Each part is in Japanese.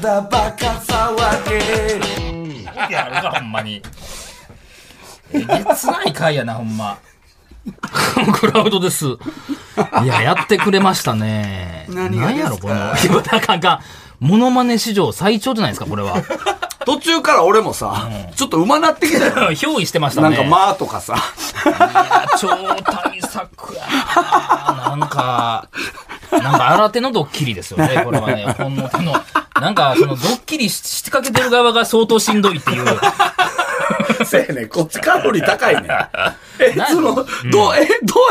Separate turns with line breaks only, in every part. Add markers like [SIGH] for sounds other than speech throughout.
だバカ騒ぎ
わけあるか、ほんまに。えげつない回やな、ほんま。クラウドです。いや、やってくれましたね。
何が
なんや
で
ろ、
す
こ
か
の。い [LAUGHS] や、だからか、モノマネ史上最長じゃないですか、これは。
[LAUGHS] 途中から俺もさ、ちょっと馬なって
[LAUGHS]
きたよ。
憑依してました
な
ね。
んか、まあと
[LAUGHS]
かさ。
超対策やななんか、なんか新手のドッキリですよ
[LAUGHS]
ね、これはね。本の手の。なんか、そのドッキリし仕掛けてる側が相当しんどいっていう。
せやねんこっちカロリー
[LAUGHS]
高いねん。え、
何
その、どう、え、ど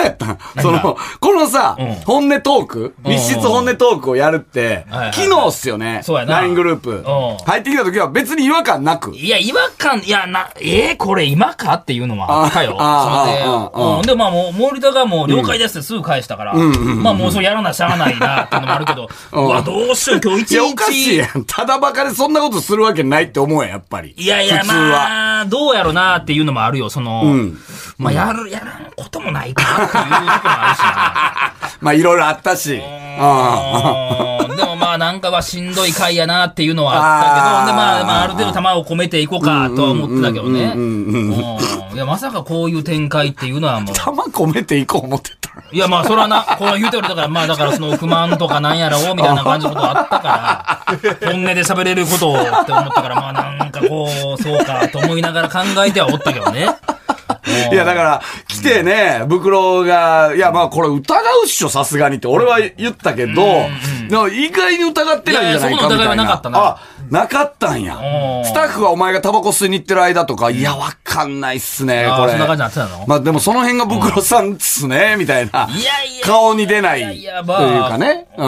うやったんその、このさ、
ん
本音トーク
ん
密室本音トークをやるって
はいはい、
昨日っすよね。
そうやな
LINE グループ。
ん
入ってきた時は別に違和感なく。
いや、違和感、いや、な、えー、これ今かっていうのはあったよ。
ああ
それ
あああ
で、うん、で、まあもう、森田がもう了解ですってすぐ返したから、まあもうそれやらなしゃあないなっていうのもあるけど、うわ、どうしよう、今日
い
一
や、
日。
おかしいやん。ただバカでそんなことするわけないって思うやん、やっぱり。
いやいや、
普通は。
まあ、どうやろなっていうのもあるよ、その、
ん
まあ、やる、やらんこともないかなっていうところもあ
まあ、いろいろあったし。うん。
るしな。うんでもまあ、なんかはしんどい回やなっていうのはあったけど、
あー
でまあ、まあ、ある程度玉を込めていこうかとは思ってたけどね。うんいや、まさかこういう展開っていうのはもう。
玉込めていこう思ってた。
いや、まあ、そらな、この言うてるだから、まあ、だから、その、不満とかなんやらを、みたいな感じのことあったから、本音で喋れることをって思ったから、まあ、なんかこう、そうか、と思いながら考えてはおったけどね。
いや、だから、来てね、袋が、いや、まあ、これ疑うっしょ、さすがにって、俺は言ったけど、でも意外に疑ってないんじゃな
いやいや
い
そこ
か
の
みたいな。
疑いはなかったな
あ、なかったんや
う。ん
スタッフがお前がタバコ吸いに行ってる間とか、いや、わかんないっすね、
あー
これ。
そんな感じになってたの
まあ、でもその辺が袋さんっすね、みたいな。
いやいや
顔に出ない。
い
と
やい
い
や
う
まあ
かね。う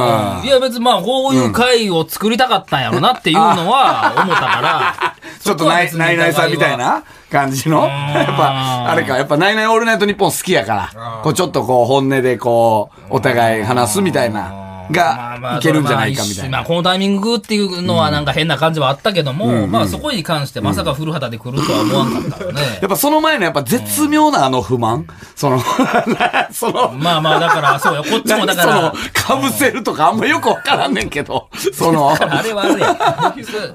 い
ん。
や、別に、まあ、こういう会を作りたかったんやろなっていうのは、思ったから、
ちょっとナイナイナイさんみたいな感じの。 [LAUGHS] やっぱ、あれか、やっぱナイナイオールナイトニッポン好きやから、こうちょっとこう本音でこう、お互い話すみたいな、
まあま
が
あ
いけるんじゃないかみたい
まあ、
な。
このタイミングっていうのはなんか変な感じはあったけども、まあそこに関してまさか古畑で来るとは思わんかったよね。
やっぱその前のやっぱ絶妙なあの不満その、 [LAUGHS] その、
まあまあ、だから、
[LAUGHS]
そうよ。こっちもだから
何、その、被せるとかあんまよくわからんねんけど、そ
[LAUGHS]
の、
あれはあれ
[LAUGHS]
や。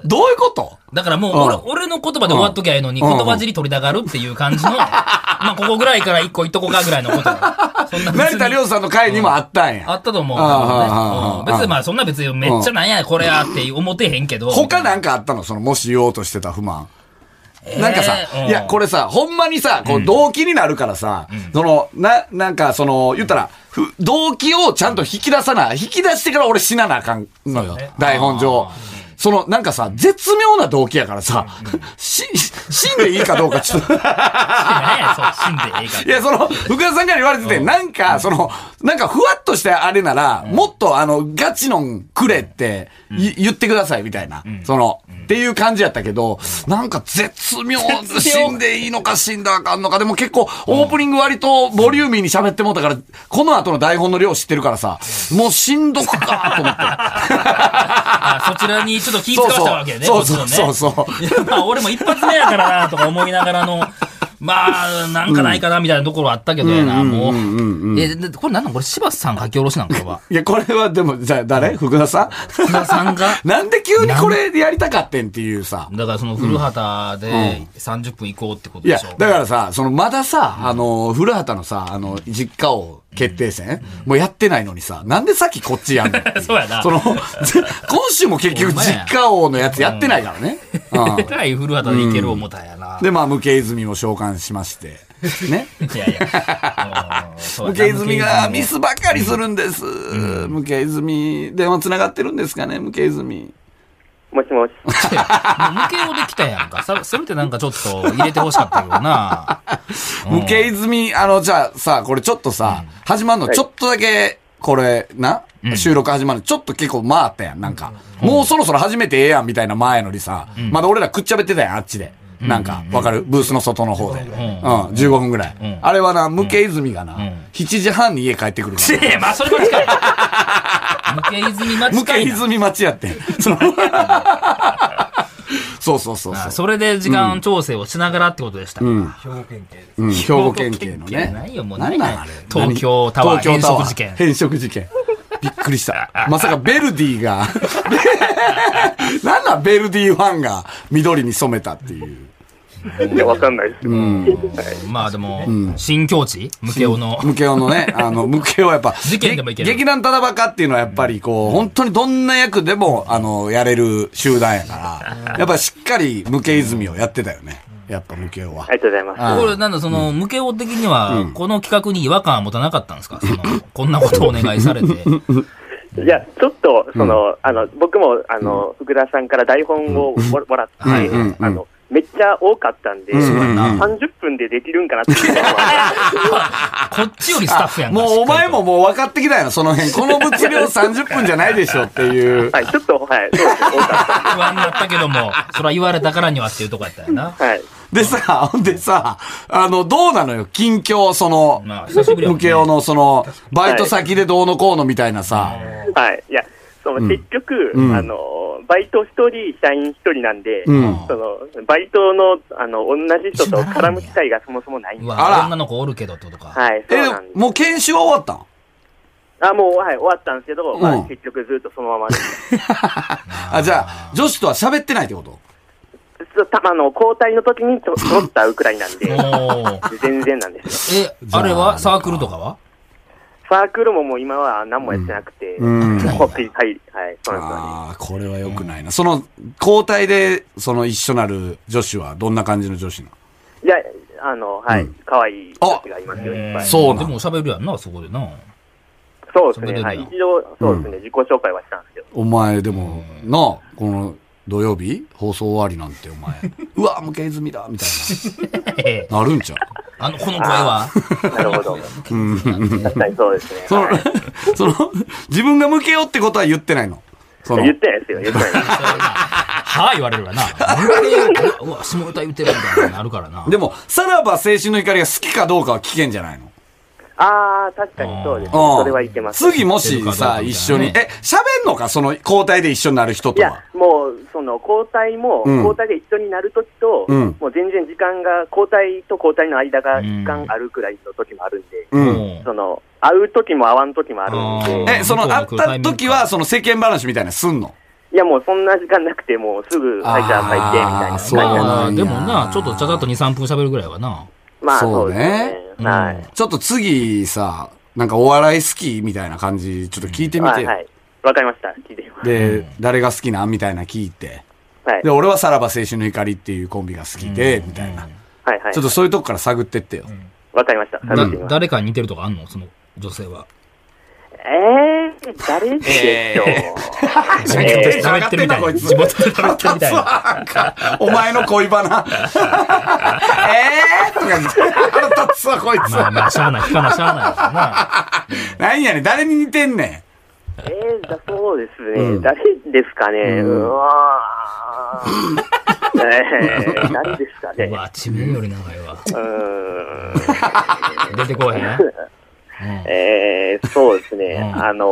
どういうこと
だからもう俺、俺の言葉で終わっときゃいいのに、
うん
言葉尻取りたがるっていう感
[LAUGHS]
じの、まあここぐらいから一個言っとこうかぐらいのことだ。そんな
[LAUGHS]
別に
成田涼さんの回にもあったん
あ
や。
ったと思う。
ああああ
うん別にまあそんな別にめっちゃなんやこれやって思ってへんけど。
他なんかあったのその、もし言おうとしてた不満。なんかさ、
えー
いや、これさ、ほんまにさ、こう動機になるからさ、その、な、なんかその、言ったら、ふ動機をちゃんと引き出さな、引き出してから俺死ななあかんのよ、台本上。その、なんかさ、絶妙な動機やからさ、し、 [LAUGHS] 死んでいいかどうかちょっと。
なんや、そう、死んでええから
いや、その、福田さんから言われてて、なんか、その、なんかふわっとしたあれなら、もっとあの、ガチのんくれって、い言ってください、みたいな。その、っていう感じやったけど、なんか絶妙、
妙
死んでいいのか死んだらあかんのか、でも結構、オープニング割とボリューミーに喋ってもうたから、この後の台本の量知ってるからさ、もうしんどくか、と思って。
あそちらにちょっと気遣わしたわけね。
そうそう
こっちのね
そうそうそ
い
う
[LAUGHS] やまあ俺も一発目やからなとか思いながらの、 [LAUGHS] まあ、なんかないかなみたいなところあったけどやな、もう。え、でこれなんなんこれ柴田さん書き下ろしなんこれは。 [LAUGHS]
[LAUGHS] いや、これはでも、じゃあ誰福田さん。
福田さんが
なんで急にこれでやりたかってんっていうさ。
だからその古畑で30分行こうってこと
い
で
や
しょ。、
だからさ、そのまださ、あの、古畑のさ、あの、実家王決定戦、もうやってないのにさ、なんでさっきこっちやんの
[LAUGHS] そうやな
その、 [LAUGHS] ぜ今週も結局
ほんまや
実家王のやつやってないからね。うん
えらい古畑で行ける思たんやな。
で、まあ、無形泉も召喚しま
[LAUGHS]
して、ね。
いやいや。うんそうや
[LAUGHS]
な
無形泉がミ
無形 [LAUGHS]
スばかりするんです。無形泉、電話繋がってるんですかね、無形泉。
もしもし。
泉もう無形をできたやんか。さそれってなんかちょっと入れてほしかったけどな。
無形泉、あの、じゃあさ、これちょっとさ、始まるの、
い
ちょっとだけ、これ、な、収録始まるの、ちょっと結構回ったやん、なんか。もうそろそろ始めてええやん、みたいな前のにさ、まだ俺らくっちゃべってたやん、あっちで。なんか、わかるブースの外の方で。うん、15分ぐらい。あれはな、無形泉がな、7時半に家帰ってくるから。
ええ、まあそれも近い。無形泉が
無
近
形
いな。
泉町やってん。そ [LAUGHS] のそうそうそう
あ
そう。
それで時間調整をしながらってことでした。
うん兵庫県警の
兵庫県
ね。
警ないよもう
なんなんあれ
東京タワー
何東京タワ
変色
ー
事件
変色事件。びっく
[LAUGHS]
りした。まさかベルディが [LAUGHS] なんなんベルディファンが緑に染めたっていう。
いや、わかんないです。
まあでも、新境地向けおの。
ムケオ
[LAUGHS]
のね、あの、ムケオはやっぱ、
事件でもいける
げ劇団ただばかっていうのはやっぱりこう、本当にどんな役でも、あの、やれる集団やから、やっぱしっかりムケ泉をやってたよね。やっぱムケオは
あ。りがとうございます。
あ
これ、なんだ、その、向けお的には、この企画に違和感は持たなかったんですかその、こんなことをお願いされて。
[LAUGHS]
いや、ちょっと、その、あの、僕も、あの、福田さんから台本をももらって、
はい
うん
あの、めっちゃ多かったんで、
んうんうん
30分でできるんかなっていうの
[LAUGHS]
は
こっちよりスタッフやんか。
もうお前も
しっか
もう分かってきたよ、その辺。この物量30分じゃないでしょっていう。
はい、ちょっと、はい、そうですね、多かった
りと不安になったけども、それは言われたからにはっていうとこやったよな。
はい。
でさ、ほんでさ、あの、どうなのよ、近況、その、
まあ久しぶりやもん
ム
ね
ケオのその、バイト先でどうのこうのみたいなさ。
はい。いや、その、結局、
うん
あの、バイト一人、社員一人なんで、
うん
その、バイトの、あの、同じ人と絡む機会がそもそもないん
う
で。
あら
わ、女の子おるけどってことか。
はい、
え
そうなんで、す。
もう研修は終わったん
あ、もう、はい、終わったんですけど、まあ
うん
結局ずっとそのままで。
あ、じゃあ、女子とは喋ってないってこと
ちょっとたあの交代の時にと取ったウクライナなんで、
[LAUGHS] もう、
全然なんですよ。
え、あれはサークルとかは
サークルももう今は何もやってなくて、
うんうん
もうピはい、はい、そうなんですよね。
ああ、これは良くないな。その、交代で、その一緒なる女子は、どんな感じの女子なの
いや、あの、はい、可愛、い女子がいますよ、いっぱい。
そうなん
でも喋るやんな、そこでな。
そうで
そ
す
れ
ね、
で
は
だよ
い。一度、そうですね、自己紹介はしたんですよ。
お前、でも、なあ、この、土曜日放送終わりなんて、お前。
[LAUGHS]
うわ、無形済みだみたい
ええ
な。なるんちゃう
あの、この声
[LAUGHS]
は。
なるほど。確かにそうですね。
その
はい、
[LAUGHS] その、自分が向けようってことは言ってないの。その
言、ってないですよ、言ってないです。
はぁ言われるわな。うわ、下歌言うてるみたいになるからな。
でも、さらば青春の怒りが好きかどうかは聞けんじゃないの。
あー、確かにそうですね。
うん
それはいけます。
次もしさ、
知ってるかどうかみたいなね
一緒に、え、喋んのかその、交代で一緒になる人
い
と
や
は。、
もう、その、交代も、
うん
交代で一緒になるときと、
うん
もう全然時間が、交代と交代の間が
うん
時間あるくらいのときもあるんで、
う。
うんん
その、会うときも会わんときもあるん
あー
で、
え、その、会った時は、その世間話みたいなのすんの
いや、もうそんな時間なくて、もうすぐ、はい、じゃあ入って、みたい
あー
な。
そうなんや
まあ、でもな、ちょっとちゃちゃっと2、3分喋るぐらいはな。
まあ、
そ
そうう
ね
ですね。
うん
はい。
ちょっと次さ、なんかお笑い好きみたいな感じ、ちょっと聞いてみ
は
て
い、
よ。
はい。わかりました。聞いてみます。
で、誰が好きなんみたいな聞いて。
はい
で、。俺はさらば青春の光っていうコンビが好きで、みたいな。
はい、はい
ちょっ。とそういうとこから探ってってよ。
わかりました。
だ
探してみます。
誰かに似てるとかあんのその女性は。
えー、誰でしょう。 [LAUGHS]
地
元で
喋ってるみたい
こい
な。
つ
地元で喋ってるみ
[LAUGHS]
たいな。
なんか、お前の恋バナ。えーとか言って、腹立つわ、こいつ。
まあまあ、しゃあない、聞かな、しゃあないからな。
何やねん、誰に似てんね
えー、だそうですね、
うん
誰ですかね、
う
うんわーえー、誰ですかね
うわ、地名より長いわ。
うー
出て
[LAUGHS]
こへん。
ん、えー、そうですね、
うん
あのー、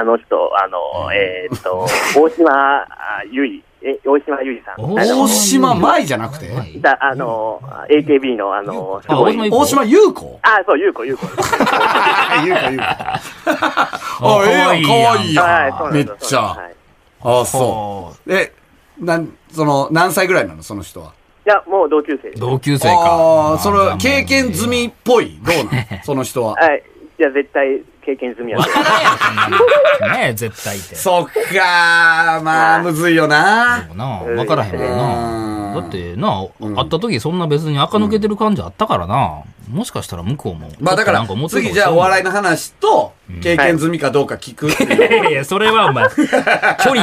あの人、あのー、えーっと、大島あゆい、え、大島ゆいさん。
ん。大島舞じゃなくて
だあのー、AKB のあのー、すごい。
あ
大島
[LAUGHS]
優子
あ、そう、ゆうこ、ゆうこ。
優子優子。あ、ええやん、か
可
わ
愛
い
い
い
やん
はい、
や。め
そうんな
っ
んです
ち
そうなん
ゃ
で。
あ、そ。
そう
え、なん、その、何歳ぐらいなの、その人は。
すはい。いや、もう同級生で
う。
す。
同級生か。
ああ、そ
ま
れ
あ、
経験済みっぽい。どうなの
[LAUGHS]
その人は。
はい。いや、絶対経験済みやで。
ねえ、絶対って。
そっかー、まあ、むずいよな。
う。なあ、わからへんわな。だってな、会った時そんな別に垢抜けてる感じあったからな。もしかしたら向こうも。
まあだか
ちょっとなん思
ら、
ってる
次
かも
じゃあお笑いの話と、
ん
経験済みかどうか聞くっていう、
いやいや、それはお
[LAUGHS]
前、距離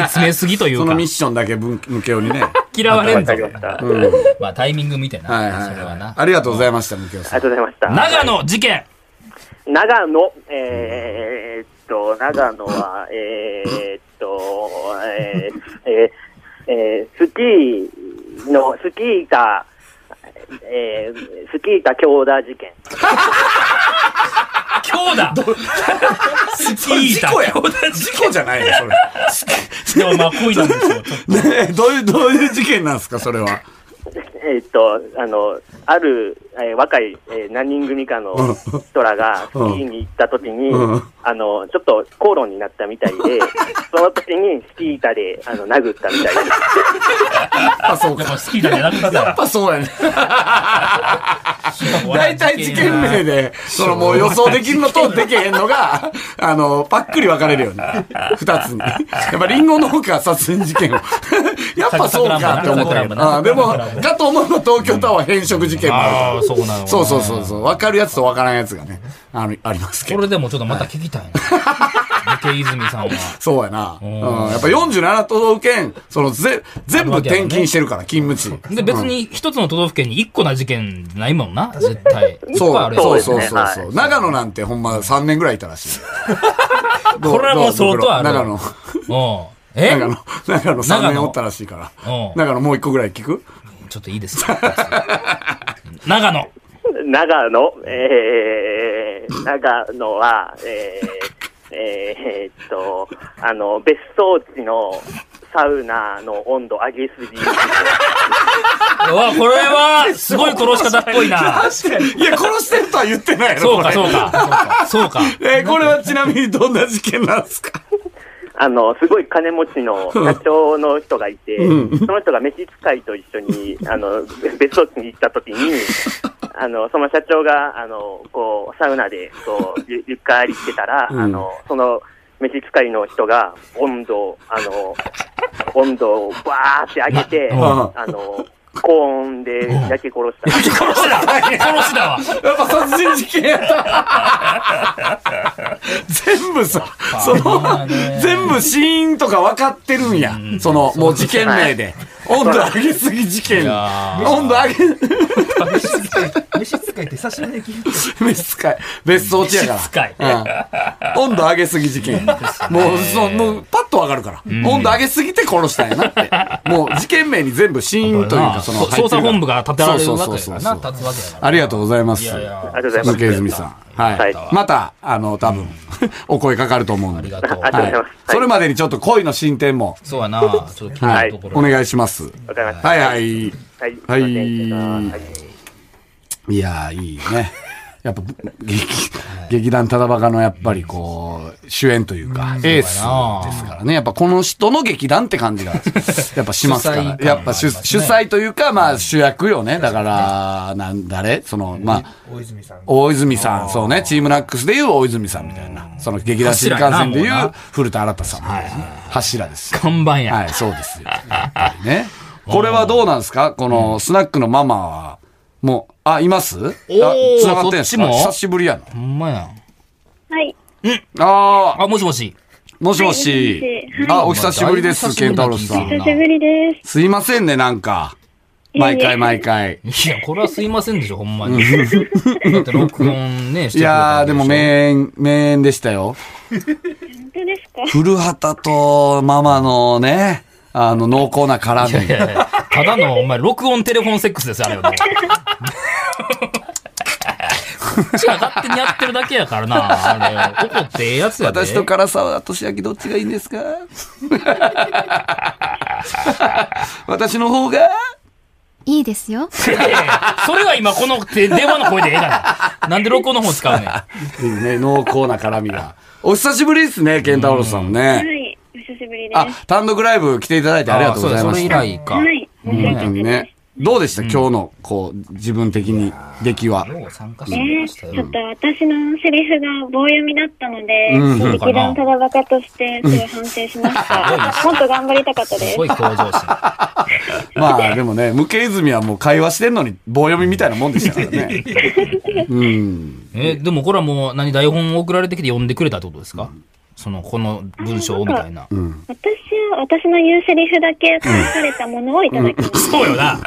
詰めすぎという
その
か
ミッ、ションだけ分向けように
[LAUGHS]
ね。
嫌われんぞ
わか。りました。あり
うん。はい
まあタイミングみたいな、
はい
それは
はい
な。。
ありがとうございました、向けようさん
が。とうございました。
長野事件
長野、えー、っと、長野は、えー、っと、えー、えーえー、スキーの、スキー板、えー、スキー板強打事件。
今日だスキー板
事故や
強打事
事故じゃないよ、それ。
[LAUGHS] 件でもまあ恋なんですよ。ちょっと [LAUGHS]
ねえどういう、どういう事件なんですか、それは。
えー、っと、あの、ある、えー若い、えー何人組かの人らが、スキーに行った時に、
うん
あの、ちょっと口論になったみたい
[LAUGHS]
で、その時にスキー板で、あの、殴ったみたいです。
ぱそう
やっ
か。
ぱ好きだね、なくな
やっぱそうやね。大体事件名で、そのもう予想できるのとできへんのが、あの、パックリ分かれるよね。二つに。やっぱリンゴの方か殺人事件を。やっぱそうかって思ったけど。あーでも、かと思えば東京タワー変色事件もある
ああ、そうなの。
そうそうそうそう。分かるやつと分からんやつがね、あの、ありますけ
こ
ど。
れでもちょっとまた聞き
[LAUGHS]
たいな。池泉さんは。
そうやな。うんん。やっぱ47都道府県、そのぜ、全部転勤してるから、勤務地。
で、別に一つの都道府県に一個な事件ないもんな、絶対。いっぱいあ
そう、
るやん
そう
そ
そうう
ですね
そうそう。
は
長野なんてほんま3年ぐらいいたらしい。
[LAUGHS] これはもう
ど
相当ある。
ど長野。
うん。え
長野、長野3
長
年
野
おったらしいから
うん。
長野もう一個ぐらい聞く
ちょっといいですか長野。
[LAUGHS] 長野、えー、長野は、えー、えー、っと、あの、別荘地のサウナの温度上げすぎ。
うわ、これは、すごい殺し方っぽいな。
いや、殺してるとは言ってないやろ、
そ
こ
うか、
れ。
そうか。そうか。
えー、これはちなみにどんな事件なんですか
あの、すごい金持ちの社長の人がいて、その人が飯使いと一緒に、あの、別荘地に行った時に、あの、その社長が、あの、こう、サウナで、こう、ゆゆっかりしてたら、
うん
あの、その、飯使いの人が、温度を、あの、温度をバーって上げて、
うん
あの、高温で焼き殺した。
殺しだ殺しだわ。
やっぱ殺人事件やった。全部さ、その
まあね、
全部死因とか分かってるんや。その、もう事件名で。温度上げすぎ事件。
いやー
温度上げ、
飯使い、飯使いって久しぶりに聞いた。
飯使い。別荘地やから。
飯使い
うん温度上げすぎ事件。もう、そう、もう、パッと分かるから。温度上げすぎて殺したんやなって。もう、事件名に全部死因というか、その、入ってる
捜査本部が立てられるわ
そう
け
そ
だか
うそ
ら
うそ
な、
う
立つわけだから。
ありがとうございます。
いやいや
あ、りがとうございます。
鈴木泉さん。はい。
はい
また、あの、多分、お声かかると思うん
あ
で。
りが
は
とう。
ありがとうございます。
い。それまでにちょっと恋の進展も、
そうやな、ちょっと気にな
は
る
い
とこ。ろ。
お願いします。
わかりました。
はいはい。
はい。
はい
すいませんはい
いやー、いいね。 [LAUGHS] やっぱ、劇、劇団ただバカのやっぱりこう、主演というか、エースですからね。やっぱこの人の劇団って感じが、やっぱしますか
主催
ら
感。
やっぱ主
があります
主
ね
催というか、まあ主役よね。だから、なんだれその、まあ、
大泉さん。
大泉さん、そうね、チームナックスでいう大泉さんみたいな、その劇団新幹線で
柱
い
やなもう
う
な
古田新太さんみたいなね、柱ですよ。
看板や。
はい、そう [LAUGHS] ですよ。やっぱりね。これはどうなんですかこのスナックのママは、もう、あ、いますあ、
ー
繋がってんですか
そっちも
久しぶりやな。
ほんまや。
はい。
あー、
あ、もしもし。
もしもし
はいもしもし。はい
あ、お久しぶりです、ケンタロスさ
だいぶ
ん。
久しぶりです。
すいませんね、なんか。毎回毎回。
いや、これはすいませんでしょ、ほんま
[LAUGHS]
に。だって録音ね、して
いやー、でも
名
名演、名演でしたよ。
本当ですか
古畑とママのね、あの、濃厚な絡み。
ただの、お前、録音テレフォンセックスですよ、あれはもう。こっちが勝手にやってるだけやからな、あれ。怒ってええやつやで。
私と唐沢俊明どっちがいいんですか [LAUGHS] 私の方が
いいですよ。
いやいやそれは今、この手電話の声でええから。なんで録音の方使うねん。
いいね、濃厚な絡みが。お久しぶりですね、ケンタウロスさんも
は
ね。
い。お久しぶりです。
あ
は、
単独ライブ来ていただいてありがとうございま
あそう
し
だ
た。
それ以来か。
い。面白かった
本当に
です。
ね。どうでした、今日の、こう、自分的に、出来は。
よう参加してくれ
ね
ましたよ。
ちょっと私のセリフが棒読みだったので、
うん
そうかな
劇団ただバカとしてすごい反省しました。もっと頑張りたかったですす
ご。い向上心。
まあ、でもね、向泉はもう会話してんのに、棒読みみたいなもんでしたからね。 [LAUGHS] うん。
えーでもこれはもう何台本送られてきて読んでくれたってことですか、そのこの文章をみたいな。
私は、私の言うセリフだけ書かれたものをいただきました。
そうよな。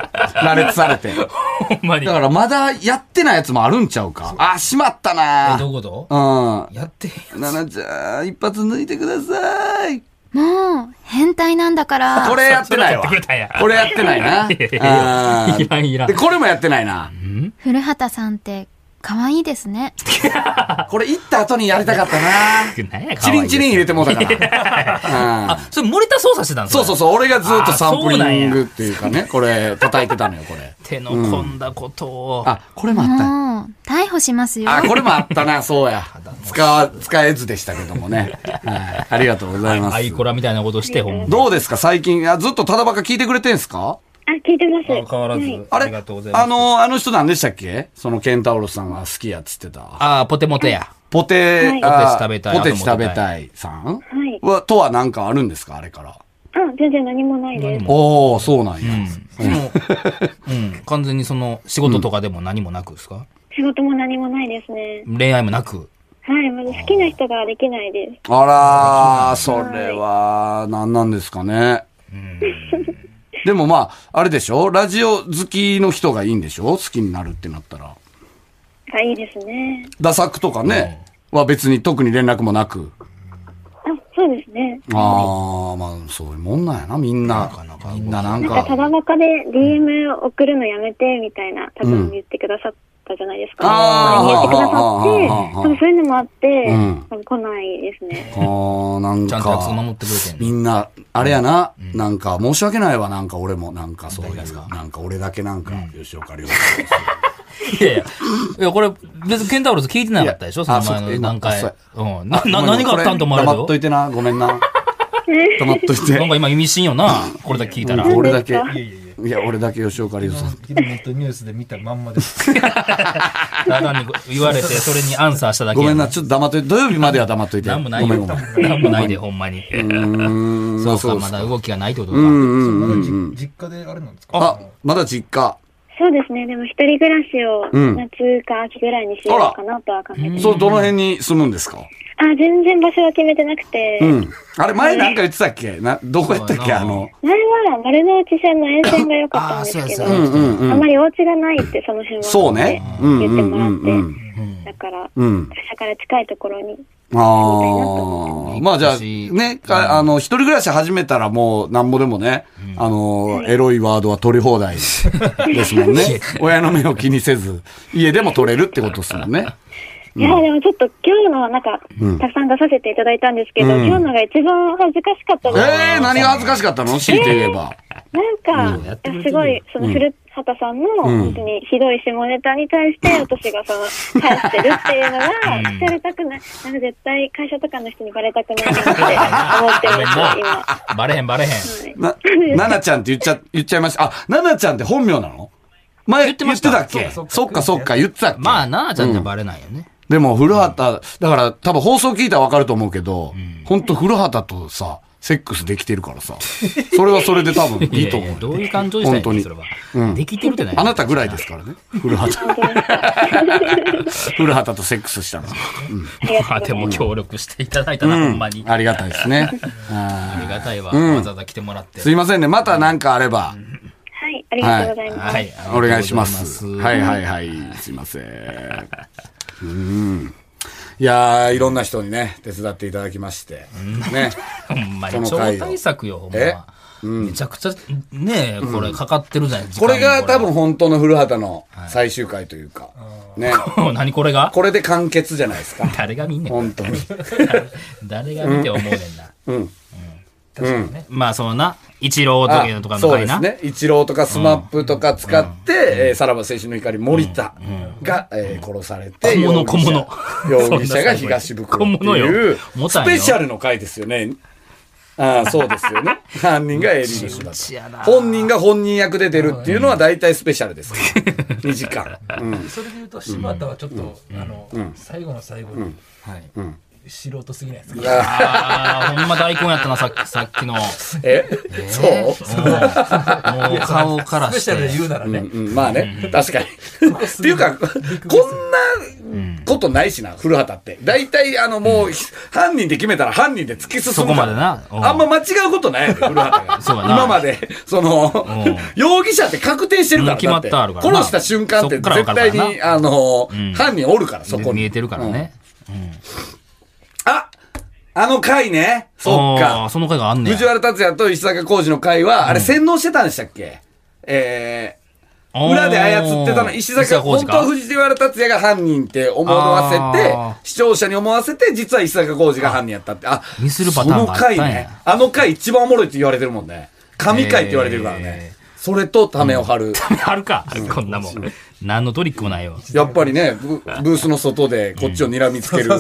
羅列されて。
ほんまに。
だ
え
からまだやってないやつもあるんちゃうか。あ、しまったな
どういうこと
う
やってへん。
ん。ななちゃん、一発抜いてください。
もう、変態なんだから。
これやってないわ。
それやってくれたんや
これや [LAUGHS] ってないな。
いやいやいや
あー
いらんいらん
で、これもやってないな。
古畑さんって、可愛いですね。
これ行った後にやりたかったな。
何や
チリンチリン入れてもうたから。うん
あ、それ漏れた操作してたんです
そうそう
う。
そう、俺がずっとサンプ
あそうなん
リング
や
っていうかね、これ叩いてたのよ、これ。
手の込んだことを。
あ、これもあったんや
もう、逮捕しますよ。
あ、これもあったな、そうや。使わ、使えずでしたけどもね。はいありがとうございます
ア。イコラみたいなことして、ほんま。
どうですか、最近。あずっとただばか聞いてくれてんすか
あ、聞いてます。
変わらず
はい。
あれ
ありがとうございます
あの、あの人何でしたっけそのケンタウロスさんは好きやっつってた。
あーポテモテや。
ポテ、
はい
あ
ポテチ食べたい
ポテチ食べたいさん
はい。
は、とは何かあるんですかあれから。
あ、全然何もないです。
おー、そうなんや。
うん。もう、うん。完全にその、仕事とかでも何もなくですか
仕事も何もないですね。
恋愛もなく。
はい。まず好きな人ができないで
あらー、それは、何なんですかね。でもまあ、あれでしょラジオ好きの人がいいんでしょ好きになるってなったら。
す。あ、いいですね。
ダサくとかね、は別に特に連絡もなく。
あ、そうですね。
ああ、まあ、そういうもんなんやな、みんな。
なか
みんななん
なんか、た
か。
だばかで DM 送るのやめて、みたいな、多分言ってくださったじゃないですか。
あー
言ってくだ
あーあ
さ
ーあーあ
っ
ー
て、多分そういうのもあって、
ん
多分来ないですね。
ああ、なん
ちゃんと約束守
か
っ。てくれてんの
みんな、あれやな、なんか、申し訳ないわ、なんか俺も、なんかそういう、なんか俺だけなんか、吉岡亮太です
いやいや、いやこれ、別にケンタウロス聞いてなかったでしょ
い
そ
や
の前
あそう
の段階
そう。
うん。 [LAUGHS] な、な
ごめんごめ
何があったんと思わ
こ
れる
れ黙っ
よ
と。いてな、ごめんな。黙っとい
なん
て。
か今意味深よな。これだけ聞いたら。
[LAUGHS] 俺だけ、
いやいやいや。
いや、俺だけ吉岡里帆
昨
さん。
日昨日ネットニュースで見たまんまです。
ただに言われて、それにアンサーしただけ
ご
や。
めんな、ちょっと黙っといて。土曜日までは黙っといて。
なんもないよ。
ごめんごめん。
なんもないで、ほんまに。
うーん
そう
そ
か、
う
まだ動きがないってこと
うん
か。
うんうんうん。
まだ実家であれなんですか
あ、まだ実家。
そうですね。でも、一人暮らしを
うん
夏か秋ぐらいにしようかなとは考えてます。
それどの辺に住むんですか
あ、全然場所は決めてなくて、
うん。あれ、前なんか言ってたっけな、どこやったっ
そう
け
やな
あの、
前は丸の内線の沿線が良かったんですけど、
あ
あ
ーそうやそうや
うんうんうん
んまりお家がないって、その辺は。
そうね。う
言
ん
っ
う
て
ん
も
う
らって。
んうん。
だから、
うん。
朝から近いところに。
ああ。まあじゃあ、
私
ね、かあの、一人暮らし始めたらもう、なんぼでもね、あの、エロいワードは取り放題ですもんね。親の目を気にせず、家でも取れるってことですもんね。
いや、でもちょっと今日のはなんか、たくさん出させていただいたんですけど、
うん
今日のが一番恥ずかしかった
え
のは
えー、何が恥ずかしかったの強いて言えば。
なん
うん
か、
やってくれてる
いやすごい、その古畑さんの、本当にひどい下ネタに対して、私がその、返してるっていうのが、されたくない。なんか絶対会社とかの人にバレたくないなって思ってます、今。は
バレへん、バレへん。
い
な、ななちゃんって言っちゃ、言っちゃいました。あ、ななちゃんって本名なの前言
言っ
っ
てて
ま
ま
し
したた
っけそ
そう
っ
か
かそっか、言ってたっけ
まあ、なあちゃんじゃバレないよね。
でも、古畑、だから多分放送聞いたらわかると思うけど、ほんと古畑とさ、セックスできてるからさ、それはそれで多分 [LAUGHS] いいと
いやい
思
や
う。
どういう感情でした
本当に
それは
うん。
できてるってない
あなたぐらいですからね、古畑。古畑とセックスしたの。
まあでも協力していただいたな、ほんまに。あ
ありがたいですね。あ
りがたいわ。
ん
わざわざ来てもらっ
ー
て。
すいませんね、またなんかあれば、
はい、ありがとうございます。
はい。
お願いしま
ありがと
す。
うござ
はいい
ま
はいはい。すいません。うん。いやー、いろんな人にね、手伝っていただきまして。ね。
ほんま
こ
に
の
超
回を
対策よ、ほん
え
ま。めちゃくちゃ、ねえ、これかかってるじゃない
これが多分。本当の古畑の最終回というか。ね。
時間 [LAUGHS] 何これが
これで完結じゃないで
[LAUGHS]
すか。
誰が見んねん。
本
[LAUGHS]
当に。
誰が見て思うねんな。
うん。
まあ、そのな、一郎
あ
時のとかの
そう
回
で
な。
すね。イチローとかスマップとか使って、えーさらば青春の光森田が、えー殺されて、
小物
容疑
小
者
物
容疑
[LAUGHS]
者が東袋って
小物
い
よ
う、
重たい
ス
よ
ペシャルの回ですよね。ああ、そうです
[LAUGHS]
よね。犯人がエリーシュだ
ちや
と。
な
本人が本人役で出るっていうのは大体スペシャルですから。2時
[LAUGHS]
間。うん。
それで言うと、柴田はちょっと、あの、最後の最後に、はい。素人すぎないですか
ああ、ほんま大根やったな、さ
[LAUGHS]
っき、さっきの。
えそう
もう、もう顔から
スペ
し
シャルで
て。
言うならね。
うんまあね、確かに。っていうか、こんなことないしな、古畑って。大体、あの、もう、犯人で決めたら犯人で突き進むから。
そこまでなうん
あんま間違うことな
[LAUGHS]
いやで、古畑が。
そうやな
今まで、その
うん、
容疑者って確定してるから。
うん決まってあるからな
だって殺した瞬間って
そっからわか
絶
るから
対
な
に、あの
ん、
犯人おるから、そこに。
見えてるからね。
うん。ああの回ね。そっ
あ
か
ー。その回があんねん。
藤原達也と石坂浩二の会は、あれ洗脳してたんでしたっけえー
おー
裏で操ってたの、石
石
坂、
坂浩
本
二か
当は藤原達也が犯人って思わせて
あ、
視聴者に思わせて、実は石坂浩二が犯人やったって。あ、
ミスるパターン
その
があったんや
回ね。あの回一番おもろいって言われてるもんね。神回って言われてるからね
え。
それと、ためを張る。
あるか、 [LAUGHS] こんなもん。何のトリックもないよ。
やっぱりね、ブブースの外でこっちを睨みつける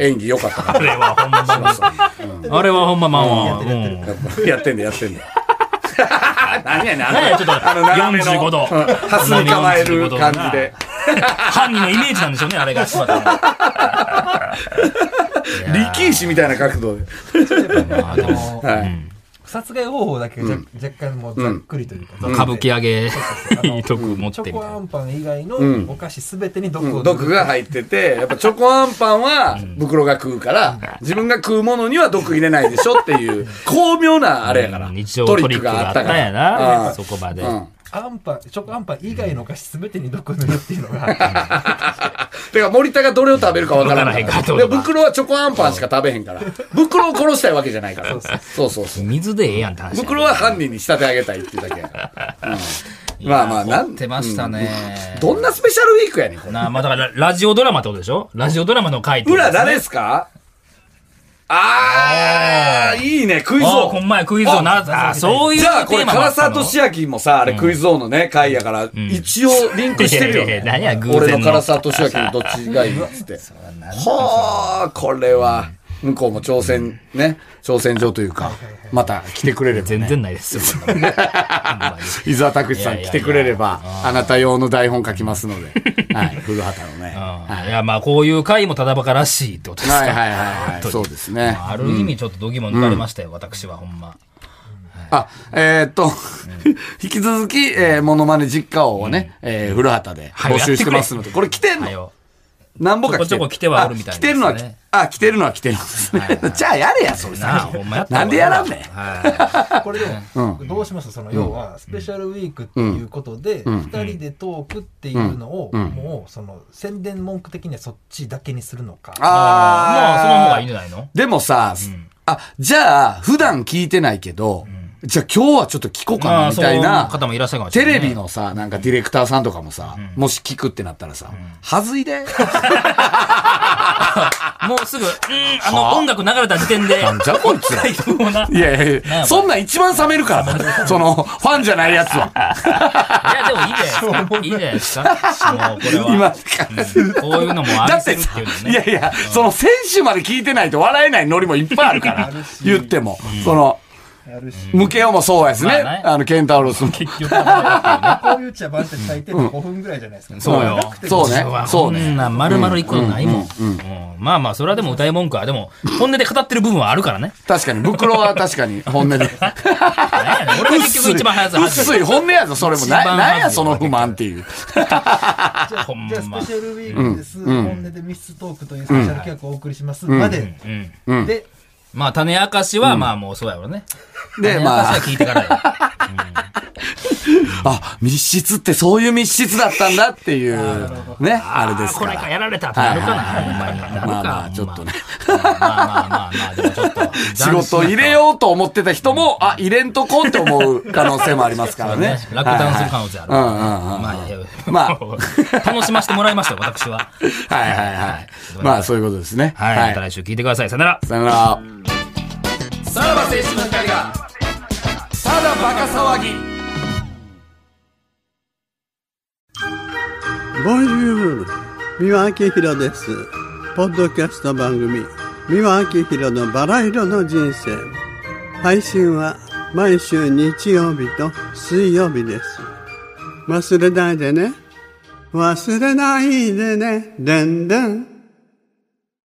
演技良かったか
[LAUGHS] あれはほんままあれはほんままあまあ。うん
ら。やってんだ、やっ
[LAUGHS]
てんだ。何やねん、あの
何やちょっと
斜めの
45度
うんハスに構える感じで。
犯人のイメージなんでしょうね、あ
[LAUGHS]
れが。柴田の
力士みたいな角度で。
まあでも
は
う
い。
ん
殺害方法だけが若若干もうざっくりというか、
歌舞伎揚げ
うそうあ、の
特持っ
チ
てみ
ョコ
[LAUGHS] たい
ア
な。
ンパン以外の
ん
お菓子すべてに毒
う
を
ん毒が入っ
[LAUGHS]
てて、やっぱチョコアンパンは袋が食うから、自分が食うものには毒入れないでしょっていう、巧妙なあれやから。
うん一応トリックがあったんや
う
な、
ん
そこまで。
うん。
アンパンチョコアンパン以外のお菓子すべてに毒を塗るっていうの
[LAUGHS]
が
てか森田がどれを食べるかわからない
わからへんかってことか
で袋はチョコアンパンしか食べへんから袋を殺したいわけじゃないからそうそうそう
水でええやんって話やね。
袋は犯人に仕立て上げたいっていうだけやから、うんまあまあな
なんってましたね。
どんなスペシャルウィークやねんこれ
なあ、まあだからララジオドラマってことでしょラジオドラマの回ってこと
裏
ですね
誰ですかああいいねクイズ
ああ、
王
こんまやクイズをな、ああ、そういう
じゃあこれ
テーマもあ
唐
ったの
沢俊明もさあれクイズ王のね回やから一応リンクしてるよ
いや
ね
いやいや何や偶然の
俺の唐沢俊明のどっちがいいっつ
[LAUGHS]
ってはあこれは向こうも挑戦ね挑戦状というかまた来てくれれば
全然ないですよ。 [LAUGHS] そんなのほんまに
伊沢拓司さん来てくれればあなた用の台本書きますの
[LAUGHS]
ではい古畑のねは
うんいや、まあ、こういう回もただバカらしいってこと
い
ですか。
はいはいはいは
本
い
当に
そうですね
まあある意味、ちょっと度肝抜かれましたよ、私は、ほんま。
あ、えーっと、 [LAUGHS] 引き続き、えー、モノマネ実家王はね、えー古畑で
はい
募集してますので、これ来てん
は
の
よ。
何本か
ちょこちょこ来てはおるみたい
あ来
な
てるのは、
ですね
あ、来てるのは来てるんですね。じゃあやれや、それ
なあ、
さ。
ほんまやった
なんでやらんねん。
は
これでもどうしますその要はスペシャルウィークっていうことで2人でトークっていうのをもうその宣伝文句的にはそっちだけにするのか
い。
あ
まあ、その方がいいん
い
じゃないの
でもさ、あ、じゃあ、普段聞いてないけど、じゃあ今日はちょっと聞こうか
ま
な、
あ、
み
そ
た
うい
いうな。
方もいらっしゃるかもし
テ
れないね。
レビのさ、なんかディレクターさんとかもさ、もし聞くってなったらさ、はずい
[LAUGHS]
で。
もうすぐ、うん、あの、音楽流れた時点で、
なんじゃ [LAUGHS] こいつら。
[LAUGHS] もうな。
いやいやいや、そんなん一番冷め
[LAUGHS]
るからな、その、ファンじゃないやつは。
いや、でもいいじゃないですか。いいじゃないですか。もう、これは。
今
うんこういうのも
だ
愛
って
せるっ
さ
ていうの、ね。
いやいや、その選手まで聞いてないと笑えないノリもいっぱいあ
[LAUGHS]
るから、言っても。その、
やるし
ムケオもそうやしね、
まあね
あの、ケンタウロス
[LAUGHS]
も。
結局はね
こういう茶番って大抵5分ぐらいじゃないですか
そうよ。
そうね
わ。
そう
こん
ね。
な丸々一個のないもん。うんまあまあ、それはでも歌い文句は、でも、本音で語ってる部分はあるからね。
[LAUGHS] 確かに、袋は確かに、本音で。
なんやねん俺が [LAUGHS] 結局一番早さ
うっすい本音やぞ、それも。な
一番
なん
恥ず
や、
い
その不満っていう。
じゃあ
ほんま
じゃあスペシャルウィークです、本音で密室トークというスペシャル企画をお送りします、まで、
うん。
で
まあ、種明かしは、まあもうそうやろね。
で、
種明か
ま
し
あ
は、聞いてからよ。
あ、密室ってそういう密室だったんだっていう、ね、あれです
こ
か。
れからやられたってなるかな、
はい
ほんまに。なるか。
まあまあちょっとね
ほんま。まあまあまあまあ、でもちょっと。
仕事入れようと思ってた人も、あ、入れんとこうって思う可能性もありますか
[LAUGHS]
らね。
落胆する可能性ある。
うんうんうん。
まあ、いや
まあ
[LAUGHS] 楽しませてもらいましたよ、私は。
はいはいはい。まあそういうことですね。
はい。また来週聞いてください。さよなら。
さよなら。さらば青春の光が、ただバカ騒ぎ。
ボンジュール、三輪明宏です。ポッドキャスト番組、三輪明宏のバラ色の人生。配信は毎週日曜日と水曜日です。忘れないでね。忘れないでね。でんでん。